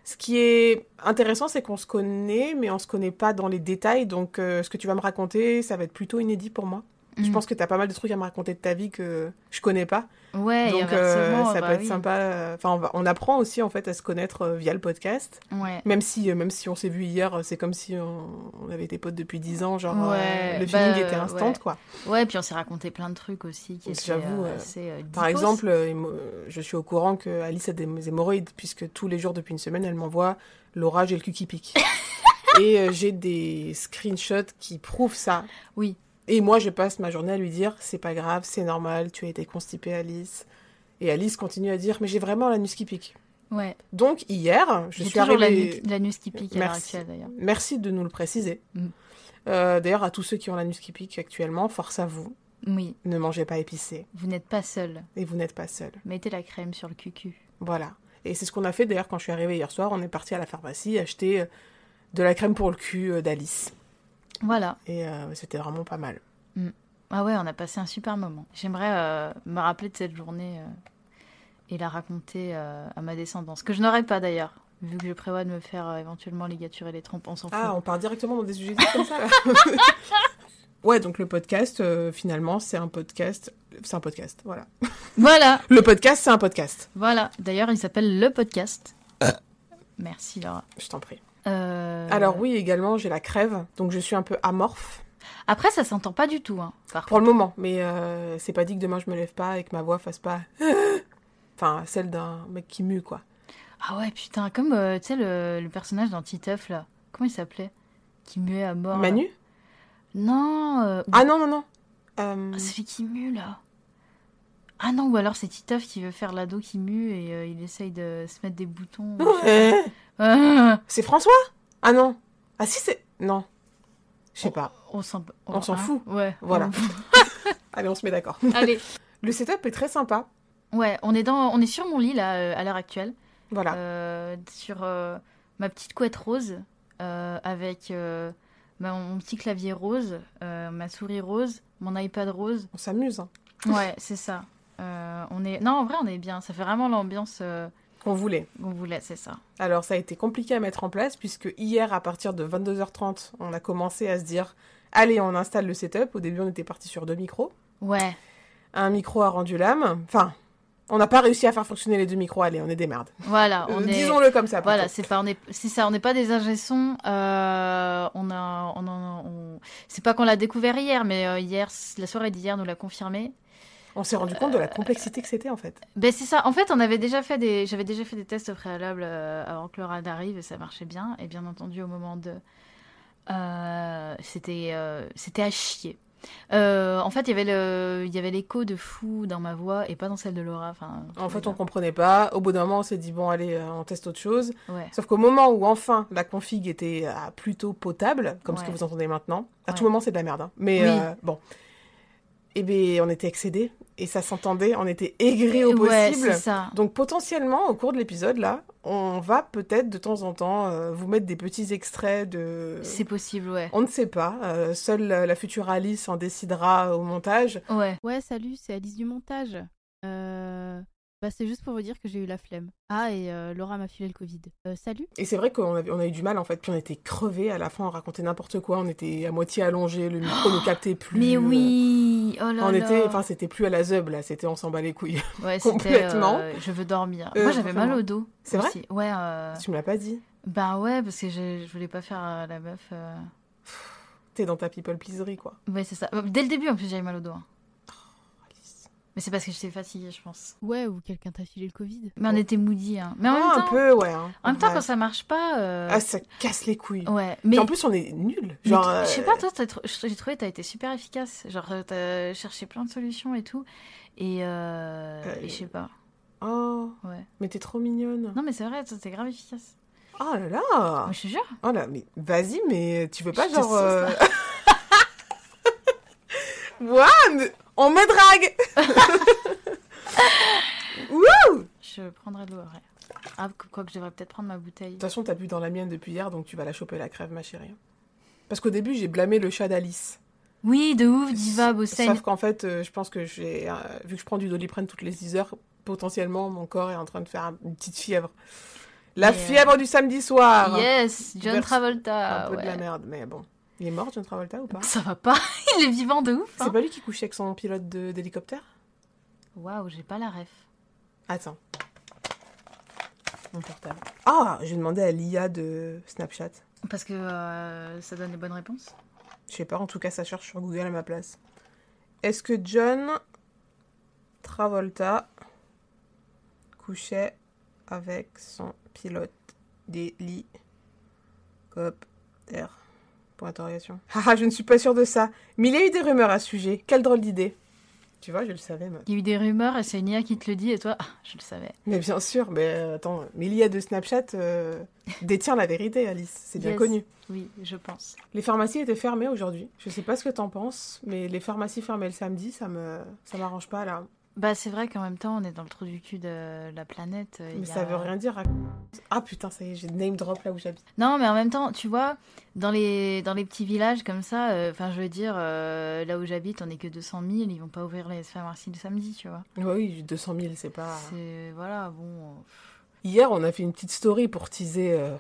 Speaker 1: Ce qui est intéressant, c'est qu'on se connaît, mais on se connaît pas dans les détails. Donc, euh, ce que tu vas me raconter, ça va être plutôt inédit pour moi. Je
Speaker 2: Mm.
Speaker 1: pense que tu as pas mal de trucs à me raconter de ta vie que je connais pas.
Speaker 2: ouais, et
Speaker 1: donc, euh,
Speaker 2: inversement,
Speaker 1: ça
Speaker 2: bah
Speaker 1: peut être
Speaker 2: oui.
Speaker 1: sympa. euh, Enfin, on, va- on apprend aussi en fait à se connaître euh, via le podcast.
Speaker 2: Ouais.
Speaker 1: Même si, euh, même si on s'est vu hier, euh, c'est comme si on, on avait été potes depuis 10 ans. Genre, euh,
Speaker 2: Ouais,
Speaker 1: le
Speaker 2: bah,
Speaker 1: feeling était instant,
Speaker 2: ouais.
Speaker 1: quoi.
Speaker 2: ouais, puis on s'est raconté plein de trucs aussi qui étaient
Speaker 1: J'avoue,
Speaker 2: euh,
Speaker 1: euh,
Speaker 2: assez, euh,
Speaker 1: Par
Speaker 2: deepos.
Speaker 1: exemple, euh, émo- euh, je suis au courant que Alice a des hémorroïdes puisque tous les jours depuis une semaine, elle m'envoie Laura, j'ai le cul qui pique. Et euh, j'ai des screenshots qui prouvent ça.
Speaker 2: Oui.
Speaker 1: Et moi, je passe ma journée à lui dire c'est pas grave, c'est normal, tu as été constipée, Alice. Et Alice continue à dire mais j'ai vraiment l'anus qui pique.
Speaker 2: Ouais,
Speaker 1: Donc hier, je
Speaker 2: j'ai
Speaker 1: suis
Speaker 2: toujours
Speaker 1: arrivée.
Speaker 2: l'anus- l'anus qui pique à l'heure
Speaker 1: Merci.
Speaker 2: actuelle d'ailleurs.
Speaker 1: Merci de nous le préciser.
Speaker 2: Mm.
Speaker 1: Euh, D'ailleurs, à tous ceux qui ont l'anus qui pique actuellement, force à vous.
Speaker 2: Oui,
Speaker 1: Ne mangez pas épicé
Speaker 2: vous n'êtes pas seul.
Speaker 1: et vous n'êtes pas seul.
Speaker 2: Mettez la crème sur le cucu.
Speaker 1: Voilà. Et c'est ce qu'on a fait d'ailleurs quand je suis arrivée hier soir. On est parti à la pharmacie acheter euh, de la crème pour le cul euh, d'Alice.
Speaker 2: Voilà.
Speaker 1: Et euh, c'était vraiment pas mal.
Speaker 2: Ah ouais, on a passé un super moment. J'aimerais euh, me rappeler de cette journée euh, et la raconter euh, à ma descendance, que je n'aurai pas d'ailleurs, vu que je prévois de me faire euh, éventuellement ligaturer les trompes, on s'en fout.
Speaker 1: Ah, on part directement dans des sujets comme ça. là. ouais, donc le podcast, euh, finalement, c'est un podcast. C'est un podcast, voilà.
Speaker 2: Voilà,
Speaker 1: Le podcast, c'est un podcast.
Speaker 2: voilà. D'ailleurs, il s'appelle Le Podcast. Merci Laura.
Speaker 1: Je t'en prie.
Speaker 2: Euh,
Speaker 1: Ah. Alors oui, également, j'ai la crève, donc je suis un peu amorphe
Speaker 2: Après, ça s'entend pas du tout, hein, par
Speaker 1: pour le moment. Mais euh, c'est pas dit que demain je me lève pas et que ma voix fasse pas. Enfin, celle d'un mec qui mue, quoi.
Speaker 2: Ah ouais, putain, comme, euh, tu sais, le, le personnage dans Titeuf, là. Comment il s'appelait Qui muait à mort. là.
Speaker 1: Manu
Speaker 2: Non euh,
Speaker 1: Ah non, non, non. Euh,
Speaker 2: Ah, Celui qui mue, là. Ah non, ou alors c'est Titeuf qui veut faire l'ado qui mue et euh, il essaye de se mettre des boutons.
Speaker 1: Ouais.
Speaker 2: Ah,
Speaker 1: euh, C'est François Ah non. Ah si c'est... Non. Je sais pas.
Speaker 2: on s'en
Speaker 1: On s'en
Speaker 2: hein
Speaker 1: fout.
Speaker 2: Ouais.
Speaker 1: Voilà.
Speaker 2: on-
Speaker 1: Allez, on se met d'accord.
Speaker 2: Allez.
Speaker 1: Le setup est très sympa.
Speaker 2: Ouais, on est, dans, on est sur mon lit, là, euh, à l'heure actuelle.
Speaker 1: Voilà.
Speaker 2: Euh, sur euh, ma petite couette rose euh, avec euh, ma- mon petit clavier rose, euh, ma souris rose, mon iPad rose.
Speaker 1: On s'amuse. hein.
Speaker 2: Ouais, c'est ça. Euh, on est... Non, en vrai, on est bien. Ça fait vraiment l'ambiance euh,
Speaker 1: Qu'on voulait.
Speaker 2: qu'on voulait, c'est ça.
Speaker 1: Alors ça a été compliqué à mettre en place puisque hier, à partir de 22h30, on a commencé à se dire... Allez, on installe le setup. Au début, on était parti sur deux micros.
Speaker 2: Ouais,
Speaker 1: Un micro a rendu l'âme. Enfin, on n'a pas réussi à faire fonctionner les deux micros. Allez, on est des merdes.
Speaker 2: voilà. On
Speaker 1: Euh,
Speaker 2: est...
Speaker 1: Disons-le comme ça.
Speaker 2: Voilà,
Speaker 1: plutôt.
Speaker 2: c'est pas, on est, c'est ça, on n'est pas des ingé-sons, euh, on a, on en- on- c'est pas qu'on l'a découvert hier, mais euh, hier, la soirée d'hier nous l'a confirmé.
Speaker 1: On s'est rendu compte de la
Speaker 2: Euh,
Speaker 1: complexité que c'était en fait.
Speaker 2: Ben c'est ça. En fait, on avait déjà fait des, j'avais déjà fait des tests au préalable euh, avant que Laura n'arrive et ça marchait bien. Et bien entendu, au moment de, euh, c'était, euh, c'était à chier. Euh, en fait, il y avait le, il y avait l'écho de fou dans ma voix et pas dans celle de Laura. Enfin,
Speaker 1: En fait, on comprenait pas. Au bout d'un moment, on s'est dit, bon, allez, euh, on teste autre chose.
Speaker 2: ouais,
Speaker 1: Sauf qu'au moment où enfin la config était euh, plutôt potable, comme ce que
Speaker 2: Ouais.
Speaker 1: vous entendez maintenant, à tout
Speaker 2: Ouais.
Speaker 1: moment c'est de la merde, hein. mais
Speaker 2: Oui.
Speaker 1: euh, bon. Eh bien, on était excédés et ça s'entendait, on était aigris au
Speaker 2: ouais,
Speaker 1: possible.
Speaker 2: c'est ça.
Speaker 1: Donc potentiellement, au cours de l'épisode là, on va peut-être de temps en temps euh, vous mettre des petits extraits de.
Speaker 2: C'est possible, ouais.
Speaker 1: On ne sait pas. euh, seule la, la future Alice en décidera au montage.
Speaker 2: Ouais.
Speaker 3: Ouais, salut, c'est Alice du montage. Euh, Bah, c'est juste pour vous dire que j'ai eu la flemme. Ah, et euh, Laura m'a filé le Covid. Euh, salut
Speaker 1: Et c'est vrai qu'on a, on a eu du mal en fait, puis on était crevés à la fin, on racontait n'importe quoi, on était à moitié allongés, le micro ne captait plus. Euh,
Speaker 2: Mais oui Oh là
Speaker 1: On
Speaker 2: là.
Speaker 1: était, enfin c'était plus à la zeub là, c'était on s'en bat les couilles.
Speaker 2: Ouais, c'était,
Speaker 1: complètement.
Speaker 2: euh, je veux dormir.
Speaker 1: Euh,
Speaker 2: Moi, j'avais mal
Speaker 1: vraiment.
Speaker 2: au dos.
Speaker 1: C'est vrai
Speaker 2: aussi. Ouais. euh,
Speaker 1: Tu me l'as pas dit.
Speaker 2: Bah ouais, parce que je, je voulais pas faire euh, la meuf. euh.
Speaker 1: T'es dans ta people pleaserie quoi.
Speaker 2: Ouais, c'est ça. Euh, Dès le début, en plus, j'avais mal au dos. hein.
Speaker 1: Alice.
Speaker 2: Mais c'est parce que j'étais fatiguée, je pense.
Speaker 3: Ouais, ou quelqu'un t'a filé le Covid.
Speaker 2: Mais on était moody. Hein. Mais en
Speaker 1: Ah,
Speaker 2: même
Speaker 1: un
Speaker 2: temps,
Speaker 1: peu ouais. hein.
Speaker 2: en même temps,
Speaker 1: Ouais.
Speaker 2: quand ça marche pas. euh,
Speaker 1: Ah ça casse les couilles.
Speaker 2: Ouais,
Speaker 1: Puis
Speaker 2: mais.
Speaker 1: en plus on est nuls.
Speaker 2: mais
Speaker 1: Genre.
Speaker 2: t- je sais
Speaker 1: euh,
Speaker 2: pas, toi, t'as tr- j'ai trouvé que t'as été super efficace. Genre, euh, t'as cherché plein de solutions et tout. Et, euh,
Speaker 1: Euh,
Speaker 2: et je sais pas.
Speaker 1: Oh,
Speaker 2: Ouais.
Speaker 1: mais t'es trop mignonne.
Speaker 2: Non, mais c'est vrai, toi, t'es grave efficace.
Speaker 1: Oh là là.
Speaker 2: Moi, je te jure.
Speaker 1: Oh là, mais vas-y, mais tu veux pas
Speaker 2: Je te
Speaker 1: genre.
Speaker 2: sens,
Speaker 1: euh, Juan, on me drague.
Speaker 2: Je prendrai de l'eau après. Ah, que- quoi que je devrais peut-être prendre ma bouteille.
Speaker 1: De toute façon, t'as bu dans la mienne depuis hier, donc tu vas la choper la crève, ma chérie. Parce qu'au début, j'ai blâmé le chat d'Alice.
Speaker 2: Oui, de ouf, diva, Bossaigne.
Speaker 1: Sauf qu'en fait, euh, je pense que j'ai, euh, vu que je prends du doliprane toutes les 10 heures, potentiellement, mon corps est en train de faire un- une petite fièvre. La
Speaker 2: Mais, euh,
Speaker 1: fièvre du samedi soir.
Speaker 2: Yes, John
Speaker 1: hein. Verse-
Speaker 2: Travolta.
Speaker 1: un peu
Speaker 2: ouais. Bah,
Speaker 1: de la merde, mais bon. Il est mort, John Travolta, ou pas
Speaker 2: Ça va pas, il est vivant de ouf. hein.
Speaker 1: C'est pas lui qui couchait avec son pilote de- d'hélicoptère
Speaker 2: Waouh, j'ai pas la ref.
Speaker 1: Attends. Mon portable. Ah, j'ai demandé à l'IA de Snapchat.
Speaker 2: Parce que euh, ça donne les bonnes réponses.
Speaker 1: Je sais pas, en tout cas, ça cherche sur Google à ma place. Est-ce que John Travolta couchait avec son pilote d'hélicoptère Point d'interrogation. Haha, je ne suis pas sûre de ça. Mais il y a eu des rumeurs à ce sujet. Quelle drôle d'idée. Tu vois, je le savais, meuf.
Speaker 2: Il y a eu des rumeurs et c'est une IA qui te le dit et toi, ah, je le savais.
Speaker 1: Mais bien sûr, mais euh, attends, mais l'IA de Snapchat euh, détient la vérité, Alice. C'est bien
Speaker 2: Yes.
Speaker 1: connu.
Speaker 2: Oui, je pense.
Speaker 1: Les pharmacies étaient fermées aujourd'hui. Je sais pas ce que t'en penses, mais les pharmacies fermées le samedi, ça me, ça m'arrange pas là.
Speaker 2: Bah c'est vrai qu'en même temps on est dans le trou du cul de la planète. euh, il
Speaker 1: Mais
Speaker 2: y
Speaker 1: ça
Speaker 2: a-
Speaker 1: veut rien dire. rac- Ah putain, ça y est, j'ai name drop là où j'habite.
Speaker 2: Non mais en même temps tu vois dans les dans les petits villages comme ça, euh, enfin je veux dire euh, là où j'habite on est que 200 000, ils vont pas ouvrir les pharmacies le samedi tu vois.
Speaker 1: Ouais, oui, 200 000, c'est pas.
Speaker 2: C'est voilà bon. euh,
Speaker 1: Hier, on a fait une petite story pour teaser euh,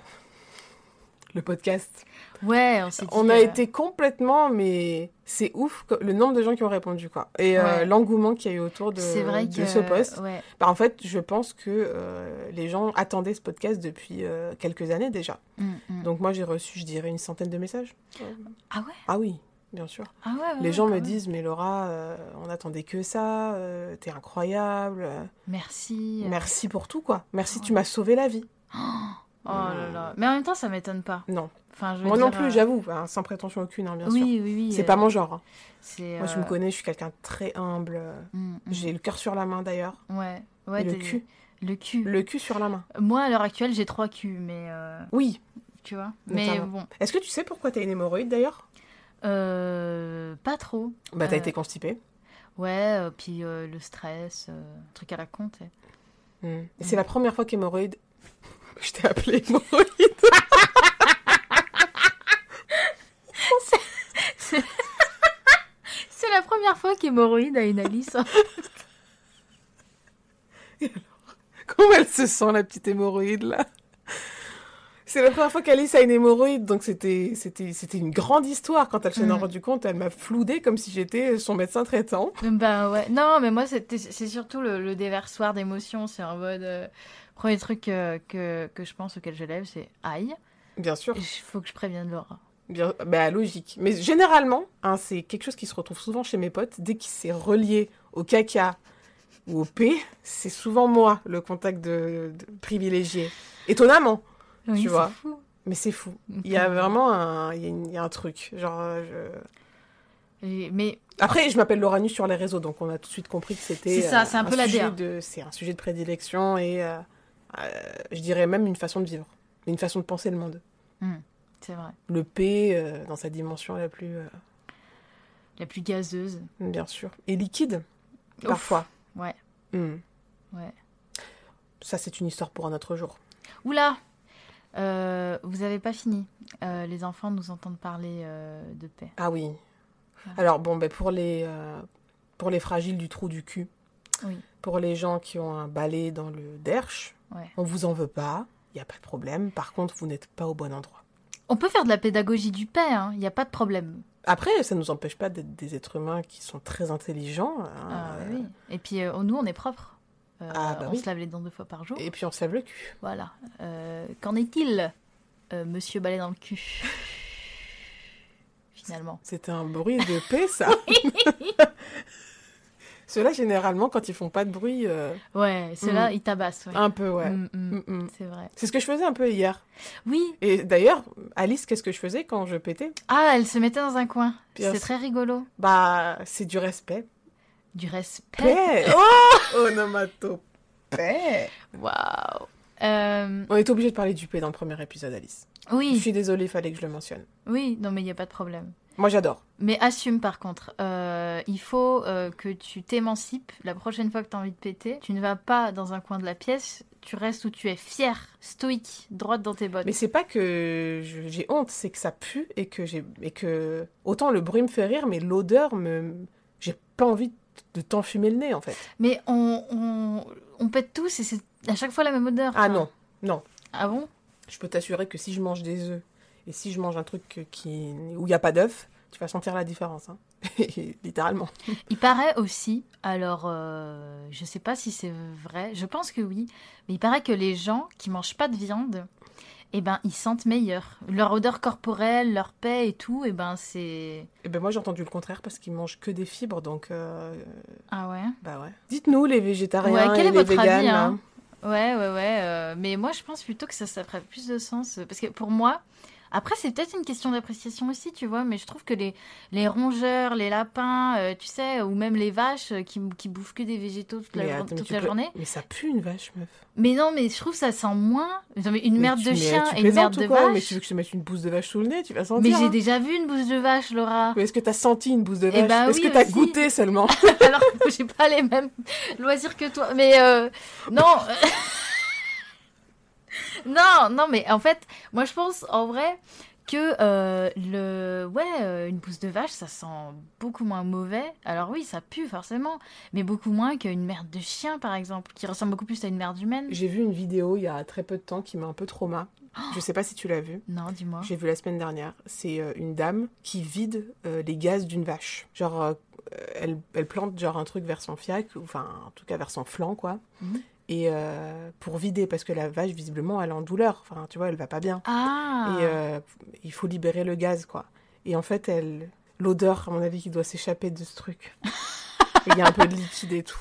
Speaker 1: le podcast.
Speaker 2: Ouais on s'est
Speaker 1: On
Speaker 2: dit,
Speaker 1: a
Speaker 2: euh,
Speaker 1: été complètement, mais c'est ouf co- le nombre de gens qui ont répondu quoi. Et euh,
Speaker 2: Ouais.
Speaker 1: l'engouement qu'il y a eu autour de,
Speaker 2: c'est vrai
Speaker 1: de
Speaker 2: que
Speaker 1: ce poste.
Speaker 2: ouais.
Speaker 1: Bah, en fait, je pense que euh, les gens attendaient ce podcast depuis euh, quelques années déjà.
Speaker 2: Mm, mm.
Speaker 1: Donc moi, j'ai reçu, je dirais, une centaine de messages.
Speaker 2: Ah ouais
Speaker 1: Ah oui, bien sûr.
Speaker 2: ah ouais, ouais,
Speaker 1: les
Speaker 2: ouais,
Speaker 1: gens
Speaker 2: quand
Speaker 1: me
Speaker 2: même.
Speaker 1: disent, mais Laura, euh, on attendait que ça, euh, t'es incroyable. euh,
Speaker 2: merci. euh,
Speaker 1: Merci pour tout, quoi. Merci, tu
Speaker 2: Ouais.
Speaker 1: m'as sauvé la vie.
Speaker 2: Oh là là. Mais en même temps, ça m'étonne pas.
Speaker 1: Mm. Non,
Speaker 2: Enfin, je veux
Speaker 1: moi non
Speaker 2: dire,
Speaker 1: plus,
Speaker 2: euh,
Speaker 1: j'avoue, hein, sans prétention aucune, hein, bien sûr.
Speaker 2: Oui, oui, oui.
Speaker 1: C'est
Speaker 2: euh,
Speaker 1: pas mon genre. hein.
Speaker 2: c'est,
Speaker 1: Moi, je me
Speaker 2: euh,
Speaker 1: connais, je suis quelqu'un de très humble. euh,
Speaker 2: mm, mm.
Speaker 1: J'ai le cœur sur la main, d'ailleurs.
Speaker 2: Ouais, ouais.
Speaker 1: et le
Speaker 2: t'es- mm.
Speaker 1: cul.
Speaker 2: Le cul.
Speaker 1: Le cul sur la main.
Speaker 2: Moi, à l'heure actuelle, j'ai trois culs, mais euh,
Speaker 1: Oui.
Speaker 2: tu vois. Mais
Speaker 1: Notamment.
Speaker 2: bon,
Speaker 1: Est-ce que tu sais pourquoi t'as une hémorroïde, d'ailleurs
Speaker 2: euh, pas trop.
Speaker 1: Bah, t'as
Speaker 2: Euh.
Speaker 1: été constipée.
Speaker 2: Ouais, euh, puis euh, le stress, euh, un truc à la con. t'sais.
Speaker 1: Mm. Et
Speaker 2: Mm.
Speaker 1: c'est la première fois qu'hémorroïde. Je t'ai appelé hémorroïde.
Speaker 2: C'est la première fois qu'hémorroïde a une Alice.
Speaker 1: Comment elle se sent, la petite hémorroïde, là C'est la première fois qu'Alice a une hémorroïde, donc c'était c'était c'était une grande histoire. Quand elle s'en est
Speaker 2: Mm.
Speaker 1: rendue compte, elle m'a floudée comme si j'étais son médecin traitant.
Speaker 2: bah ouais. Non, mais moi, c'était- c'est surtout le, le déversoir d'émotions. C'est en mode. euh, Premier truc euh, que, que je pense auquel je lève, c'est aïe,
Speaker 1: Bien sûr,
Speaker 2: il faut que je prévienne Laura.
Speaker 1: bien, bah logique. Mais généralement, hein, c'est quelque chose qui se retrouve souvent chez mes potes. Dès qu'il s'est relié au caca ou au P, c'est souvent moi le contact de, de privilégié. Étonnamment,
Speaker 2: Oui,
Speaker 1: Tu
Speaker 2: c'est
Speaker 1: vois.
Speaker 2: fou.
Speaker 1: mais c'est fou. Il y a vraiment un, il y a une- il y a un truc. Genre, euh, je-
Speaker 2: Et- Mais
Speaker 1: Après, je m'appelle Laura Nu sur les réseaux, donc on a tout de suite compris que c'était. euh,
Speaker 2: C'est ça, c'est un peu la
Speaker 1: sujet
Speaker 2: DA.
Speaker 1: de- C'est un sujet de prédilection et euh, euh, je dirais même une façon de vivre, une façon de penser le monde.
Speaker 2: c'est vrai.
Speaker 1: Le P euh, dans sa dimension la plus, euh,
Speaker 2: La plus gazeuse.
Speaker 1: bien sûr, et liquide
Speaker 2: Ouf.
Speaker 1: parfois.
Speaker 2: Ouais.
Speaker 1: Hmm.
Speaker 2: Ouais.
Speaker 1: Ça, c'est une histoire pour un autre jour.
Speaker 2: Oula Euh, Vous avez pas fini. Euh, les enfants nous entendent parler euh, de paix.
Speaker 1: Ah oui.
Speaker 2: Ah.
Speaker 1: Alors bon, ben pour les euh, pour les fragiles du trou du cul,
Speaker 2: Oui.
Speaker 1: Pour les gens qui ont un balai dans le derche,
Speaker 2: Ouais.
Speaker 1: on vous en veut pas, il n'y a pas de problème. Par contre, vous n'êtes pas au bon endroit.
Speaker 2: On peut faire de la pédagogie du paix, hein. il n'y a pas de problème.
Speaker 1: Après, ça ne nous empêche pas d'être des êtres humains qui sont très intelligents. hein.
Speaker 2: Ah, oui. Et puis euh, nous, on est propre. Euh,
Speaker 1: Ah, bah
Speaker 2: on
Speaker 1: oui.
Speaker 2: se lave les dents deux fois par jour.
Speaker 1: Et puis on se lave le cul.
Speaker 2: Voilà. Euh, Qu'en est-il, euh, monsieur balai dans le cul Finalement.
Speaker 1: C'était un bruit de paix, ça. Ceux-là, généralement, quand ils font pas de bruit, euh,
Speaker 2: Ouais, ceux-là, ils tabassent. ouais.
Speaker 1: un peu, Ah, ouais.
Speaker 2: Mm, mm,
Speaker 1: Mm, mm.
Speaker 2: C'est vrai.
Speaker 1: C'est ce que je faisais un peu hier.
Speaker 2: Oui.
Speaker 1: Et d'ailleurs, Alice, qu'est-ce que je faisais quand je pétais
Speaker 2: Ah, elle se mettait dans un coin.
Speaker 1: Puis
Speaker 2: C'est
Speaker 1: elle-
Speaker 2: très rigolo.
Speaker 1: Bah, c'est du respect.
Speaker 2: Du respect.
Speaker 1: Paix Oh Onomatopée
Speaker 2: Waouh. Euh,
Speaker 1: On était obligé de parler du paix dans le premier épisode, Alice. Je
Speaker 2: oui,
Speaker 1: suis désolée, il fallait que je le mentionne.
Speaker 2: oui, non mais il n'y a pas de problème.
Speaker 1: Moi, j'adore.
Speaker 2: Mais assume par contre, Euh, il faut euh, que tu t'émancipes. La prochaine fois que tu as envie de péter, tu ne vas pas dans un coin de la pièce, tu restes où tu es fière, stoïque, droite dans tes bottes.
Speaker 1: Mais c'est pas que je- j'ai honte, c'est que ça pue et que j'ai et que autant le bruit me fait rire, mais l'odeur me j'ai pas envie de t'enfumer le nez en fait.
Speaker 2: Mais on, on, on pète tous et c'est à chaque fois la même odeur.
Speaker 1: Ah
Speaker 2: quoi.
Speaker 1: non, non.
Speaker 2: Ah bon
Speaker 1: Je peux t'assurer que si je mange des œufs et si je mange un truc qui où il y a pas d'œuf, tu vas sentir la différence, hein. littéralement.
Speaker 2: Il paraît aussi, alors euh, je sais pas si c'est vrai, je pense que oui, mais il paraît que les gens qui mangent pas de viande, eh ben ils sentent meilleur. Leur odeur corporelle, leur paix et tout, eh ben c'est...
Speaker 1: Et ben moi j'ai entendu le contraire parce qu'ils mangent que des fibres, donc euh,
Speaker 2: Ah ouais
Speaker 1: bah ouais. Dites-nous les végétariens
Speaker 2: Ouais, quel
Speaker 1: et
Speaker 2: est
Speaker 1: les
Speaker 2: votre
Speaker 1: véganes,
Speaker 2: avis,
Speaker 1: là.
Speaker 2: hein Ouais, ouais, ouais. euh, mais moi, je pense plutôt que ça, ça ferait plus de sens. euh, Parce que pour moi, après, c'est peut-être une question d'appréciation aussi, tu vois. Mais je trouve que les, les rongeurs, les lapins, euh, tu sais, ou même les vaches euh, qui, qui bouffent que des végétaux toute la,
Speaker 1: Mais
Speaker 2: jour-
Speaker 1: attends, mais
Speaker 2: toute
Speaker 1: tu
Speaker 2: la
Speaker 1: peux-
Speaker 2: journée.
Speaker 1: Mais ça pue une vache, meuf.
Speaker 2: Mais non, mais je trouve ça sent moins. Non, mais une
Speaker 1: Mais
Speaker 2: merde
Speaker 1: tu-
Speaker 2: de
Speaker 1: mais
Speaker 2: chien
Speaker 1: tu
Speaker 2: et une
Speaker 1: plaisantes
Speaker 2: merde
Speaker 1: ou
Speaker 2: de
Speaker 1: quoi
Speaker 2: vache.
Speaker 1: Mais tu veux que je te mette une bouse de vache sous le nez, tu vas sentir.
Speaker 2: Mais
Speaker 1: hein.
Speaker 2: j'ai déjà vu une bouse de vache, Laura.
Speaker 1: Mais est-ce que t'as senti une bouse de
Speaker 2: Eh
Speaker 1: vache
Speaker 2: bah
Speaker 1: Est-ce
Speaker 2: oui,
Speaker 1: que t'as
Speaker 2: aussi.
Speaker 1: goûté seulement
Speaker 2: Alors, j'ai pas les mêmes loisirs que toi. Mais euh, non. non, non, mais en fait, moi je pense en vrai que euh, le ouais euh, une pousse de vache ça sent beaucoup moins mauvais alors oui ça pue forcément mais beaucoup moins qu'une merde de chien par exemple qui ressemble beaucoup plus à une merde humaine
Speaker 1: J'ai vu une vidéo il y a très peu de temps qui m'a un peu trauma. Je sais pas si tu l'as vue.
Speaker 2: non dis-moi
Speaker 1: J'ai vu la semaine dernière. C'est euh, une dame qui vide euh, les gaz d'une vache. Genre, euh, elle, elle plante genre un truc vers son fiac, ou enfin en tout cas vers son flanc quoi.
Speaker 2: Mhm.
Speaker 1: Et euh, pour vider, parce que la vache visiblement elle est en douleur. Enfin tu vois, elle va pas bien.
Speaker 2: ah
Speaker 1: Et euh, il faut libérer le gaz, quoi. Et en fait, elle, l'odeur, à mon avis, qui doit s'échapper de ce truc. Et Il y a un peu de liquide et tout.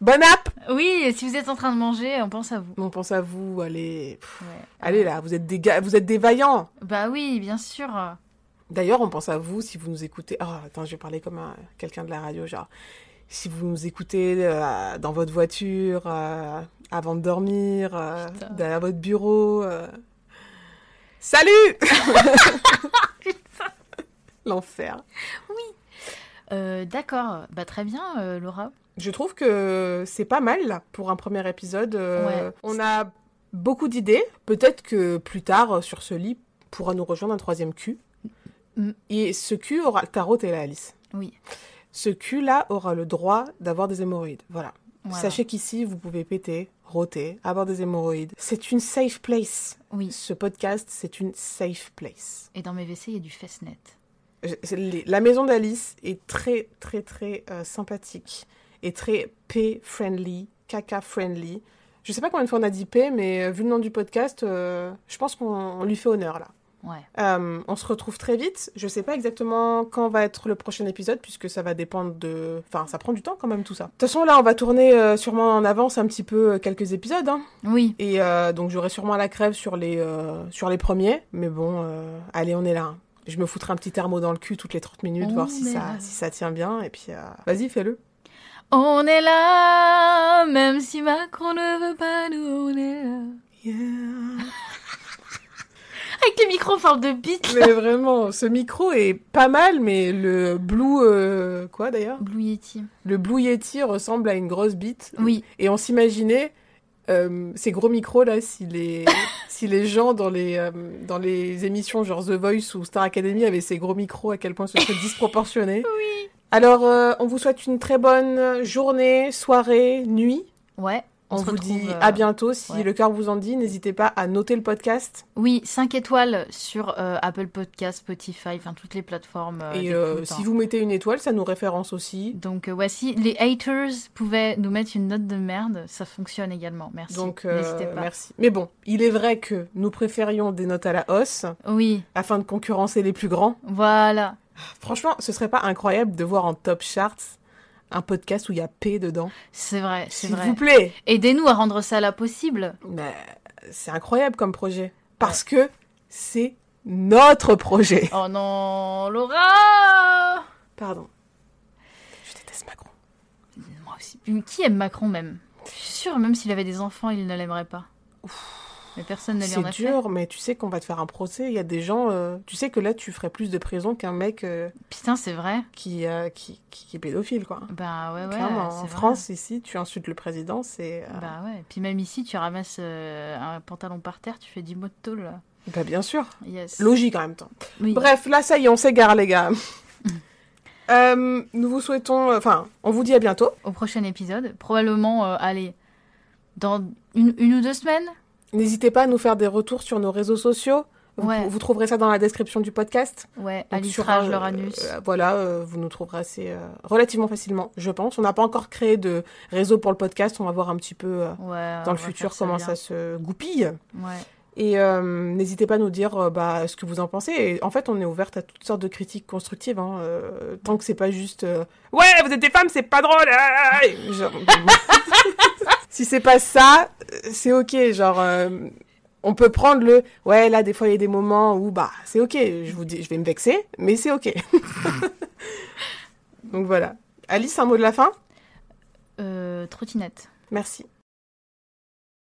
Speaker 1: Bon app
Speaker 2: oui si vous êtes en train de manger on pense à vous
Speaker 1: On pense à vous, allez. pff,
Speaker 2: Ouais.
Speaker 1: Allez là, vous êtes des gars, vous êtes des vaillants.
Speaker 2: bah oui bien sûr
Speaker 1: D'ailleurs, on pense à vous si vous nous écoutez. Oh, attends, je vais parler comme un- quelqu'un de la radio, genre. Si vous nous écoutez euh, dans votre voiture, euh, avant de dormir, euh,
Speaker 2: Putain.
Speaker 1: dans votre bureau. euh. Salut L'enfer.
Speaker 2: Euh, d'accord bah très bien euh, Laura
Speaker 1: Je trouve que c'est pas mal là, pour un premier épisode. Euh,
Speaker 2: Ouais.
Speaker 1: On a beaucoup d'idées. Peut-être que plus tard, euh, sur ce lit, pourra nous rejoindre un troisième cul.
Speaker 2: Mm.
Speaker 1: Et ce cul aura. Tarot et là, Alice.
Speaker 2: oui
Speaker 1: Ce cul-là aura le droit d'avoir des hémorroïdes. Voilà.
Speaker 2: Voilà.
Speaker 1: Sachez qu'ici, vous pouvez péter, roter, avoir des hémorroïdes. C'est une safe place.
Speaker 2: Oui.
Speaker 1: Ce podcast, c'est une safe place.
Speaker 2: Et dans mes WC, il y a du festnet.
Speaker 1: Je- c'est- les- La maison d'Alice est très, très, très euh, sympathique et très P-friendly, caca-friendly. Je sais pas combien de fois on a dit P, mais euh, vu le nom du podcast, euh, je pense qu'on on lui fait honneur là.
Speaker 2: Ouais.
Speaker 1: Euh, on se retrouve très vite. Je sais pas exactement quand va être le prochain épisode, puisque ça va dépendre de. Enfin, ça prend du temps quand même tout ça. De toute façon, là, on va tourner euh, sûrement en avance un petit peu euh, quelques épisodes. hein.
Speaker 2: Oui.
Speaker 1: Et euh, donc j'aurai sûrement la crève sur les, euh, sur les premiers. Mais bon, euh, allez, on est là. hein. Je me foutrai un petit thermo dans le cul toutes les 30 minutes,
Speaker 2: On
Speaker 1: voir si
Speaker 2: est
Speaker 1: ça,
Speaker 2: là.
Speaker 1: si ça tient bien. Et puis, euh, vas-y, fais-le.
Speaker 2: On est là, même si Macron ne veut pas, nous on est là. Avec les micros en forme de bite.
Speaker 1: mais vraiment, ce micro est pas mal, mais le Blue... euh, quoi d'ailleurs
Speaker 2: Blue Yeti.
Speaker 1: Le Blue Yeti ressemble à une grosse bite.
Speaker 2: Oui.
Speaker 1: Et on s'imaginait... euh, ces gros micros là, si les, si les gens dans les, euh, dans les émissions genre The Voice ou Star Academy avaient ces gros micros, à quel point ce serait disproportionné.
Speaker 2: Oui.
Speaker 1: Alors, euh, on vous souhaite une très bonne journée, soirée, nuit.
Speaker 2: Ouais.
Speaker 1: On,
Speaker 2: se
Speaker 1: vous
Speaker 2: retrouve,
Speaker 1: dit
Speaker 2: euh,
Speaker 1: à bientôt. Si
Speaker 2: ouais.
Speaker 1: le cœur vous en dit, n'hésitez pas à noter le podcast.
Speaker 2: Oui, 5 étoiles sur euh, Apple Podcast, Spotify, enfin toutes les plateformes. euh,
Speaker 1: et
Speaker 2: d'écoute,
Speaker 1: euh,
Speaker 2: hein.
Speaker 1: si vous mettez une étoile, ça nous référence aussi.
Speaker 2: Donc euh, voici, les haters pouvaient nous mettre une note de merde, ça fonctionne également, merci.
Speaker 1: Donc, euh,
Speaker 2: N'hésitez pas.
Speaker 1: merci. Mais bon, il est vrai que nous préférions des notes à la hausse
Speaker 2: Oui,
Speaker 1: afin de concurrencer les plus grands.
Speaker 2: voilà.
Speaker 1: Franchement, ce serait pas incroyable de voir en top charts un podcast où il y a P dedans.
Speaker 2: C'est vrai, c'est
Speaker 1: S'il
Speaker 2: vrai.
Speaker 1: vous plaît.
Speaker 2: Aidez-nous à rendre ça là possible.
Speaker 1: Mais c'est incroyable comme projet. Parce que c'est notre projet.
Speaker 2: Oh non, Laura
Speaker 1: Pardon. Je déteste Macron.
Speaker 2: Moi aussi. Qui aime Macron même Je suis sûre, même s'il avait des enfants, il ne l'aimerait pas. Mais personne ne lui en
Speaker 1: C'est
Speaker 2: a
Speaker 1: dur, mais tu sais qu'on va te faire un procès. Il y a des gens. euh, tu sais que là, tu ferais plus de prison qu'un mec euh,
Speaker 2: fait. Putain, c'est vrai.
Speaker 1: qui, euh, qui, qui, qui est pédophile, quoi.
Speaker 2: Bah ouais, ouais.
Speaker 1: Clairement, en
Speaker 2: c'est vrai.
Speaker 1: France, ici, tu insultes le président, c'est. euh, Bah.
Speaker 2: Bah ouais. Puis même ici, tu ramasses euh, un pantalon par terre, tu fais 10 mots de tôle là.
Speaker 1: bah, bien sûr.
Speaker 2: Yes.
Speaker 1: Logique en même temps.
Speaker 2: Oui.
Speaker 1: Bref, là, ça y est, on s'égare, les gars. Euh, nous vous souhaitons. Enfin, on vous dit à bientôt.
Speaker 2: Au prochain épisode, probablement, euh, allez, dans une, une ou deux semaines
Speaker 1: N'hésitez pas à nous faire des retours sur nos réseaux sociaux. Vous,
Speaker 2: Ouais.
Speaker 1: vous trouverez ça dans la description du podcast.
Speaker 2: Ouais, à
Speaker 1: Donc,
Speaker 2: l'outrage,
Speaker 1: sur, euh,
Speaker 2: leur anus.
Speaker 1: euh, voilà, euh, vous nous trouverez assez euh, relativement facilement, je pense. On n'a pas encore créé de réseau pour le podcast. On va voir un petit peu euh,
Speaker 2: ouais,
Speaker 1: dans
Speaker 2: on
Speaker 1: le
Speaker 2: va
Speaker 1: futur
Speaker 2: faire
Speaker 1: comment
Speaker 2: bien.
Speaker 1: ça se goupille.
Speaker 2: Ouais.
Speaker 1: Et euh, n'hésitez pas à nous dire euh, bah, ce que vous en pensez. Et en fait, on est ouverte à toutes sortes de critiques constructives, hein, euh, tant que c'est pas juste euh, ouais, vous êtes des femmes, c'est pas drôle. ah, ah, ah Genre, si c'est pas ça, euh, c'est ok. Genre, euh, on peut prendre le ouais là, des fois il y a des moments où bah c'est ok. Je vous dis, je vais me vexer, mais c'est ok. Donc voilà. Alice, un mot de la fin.
Speaker 2: Euh, trottinette.
Speaker 1: Merci.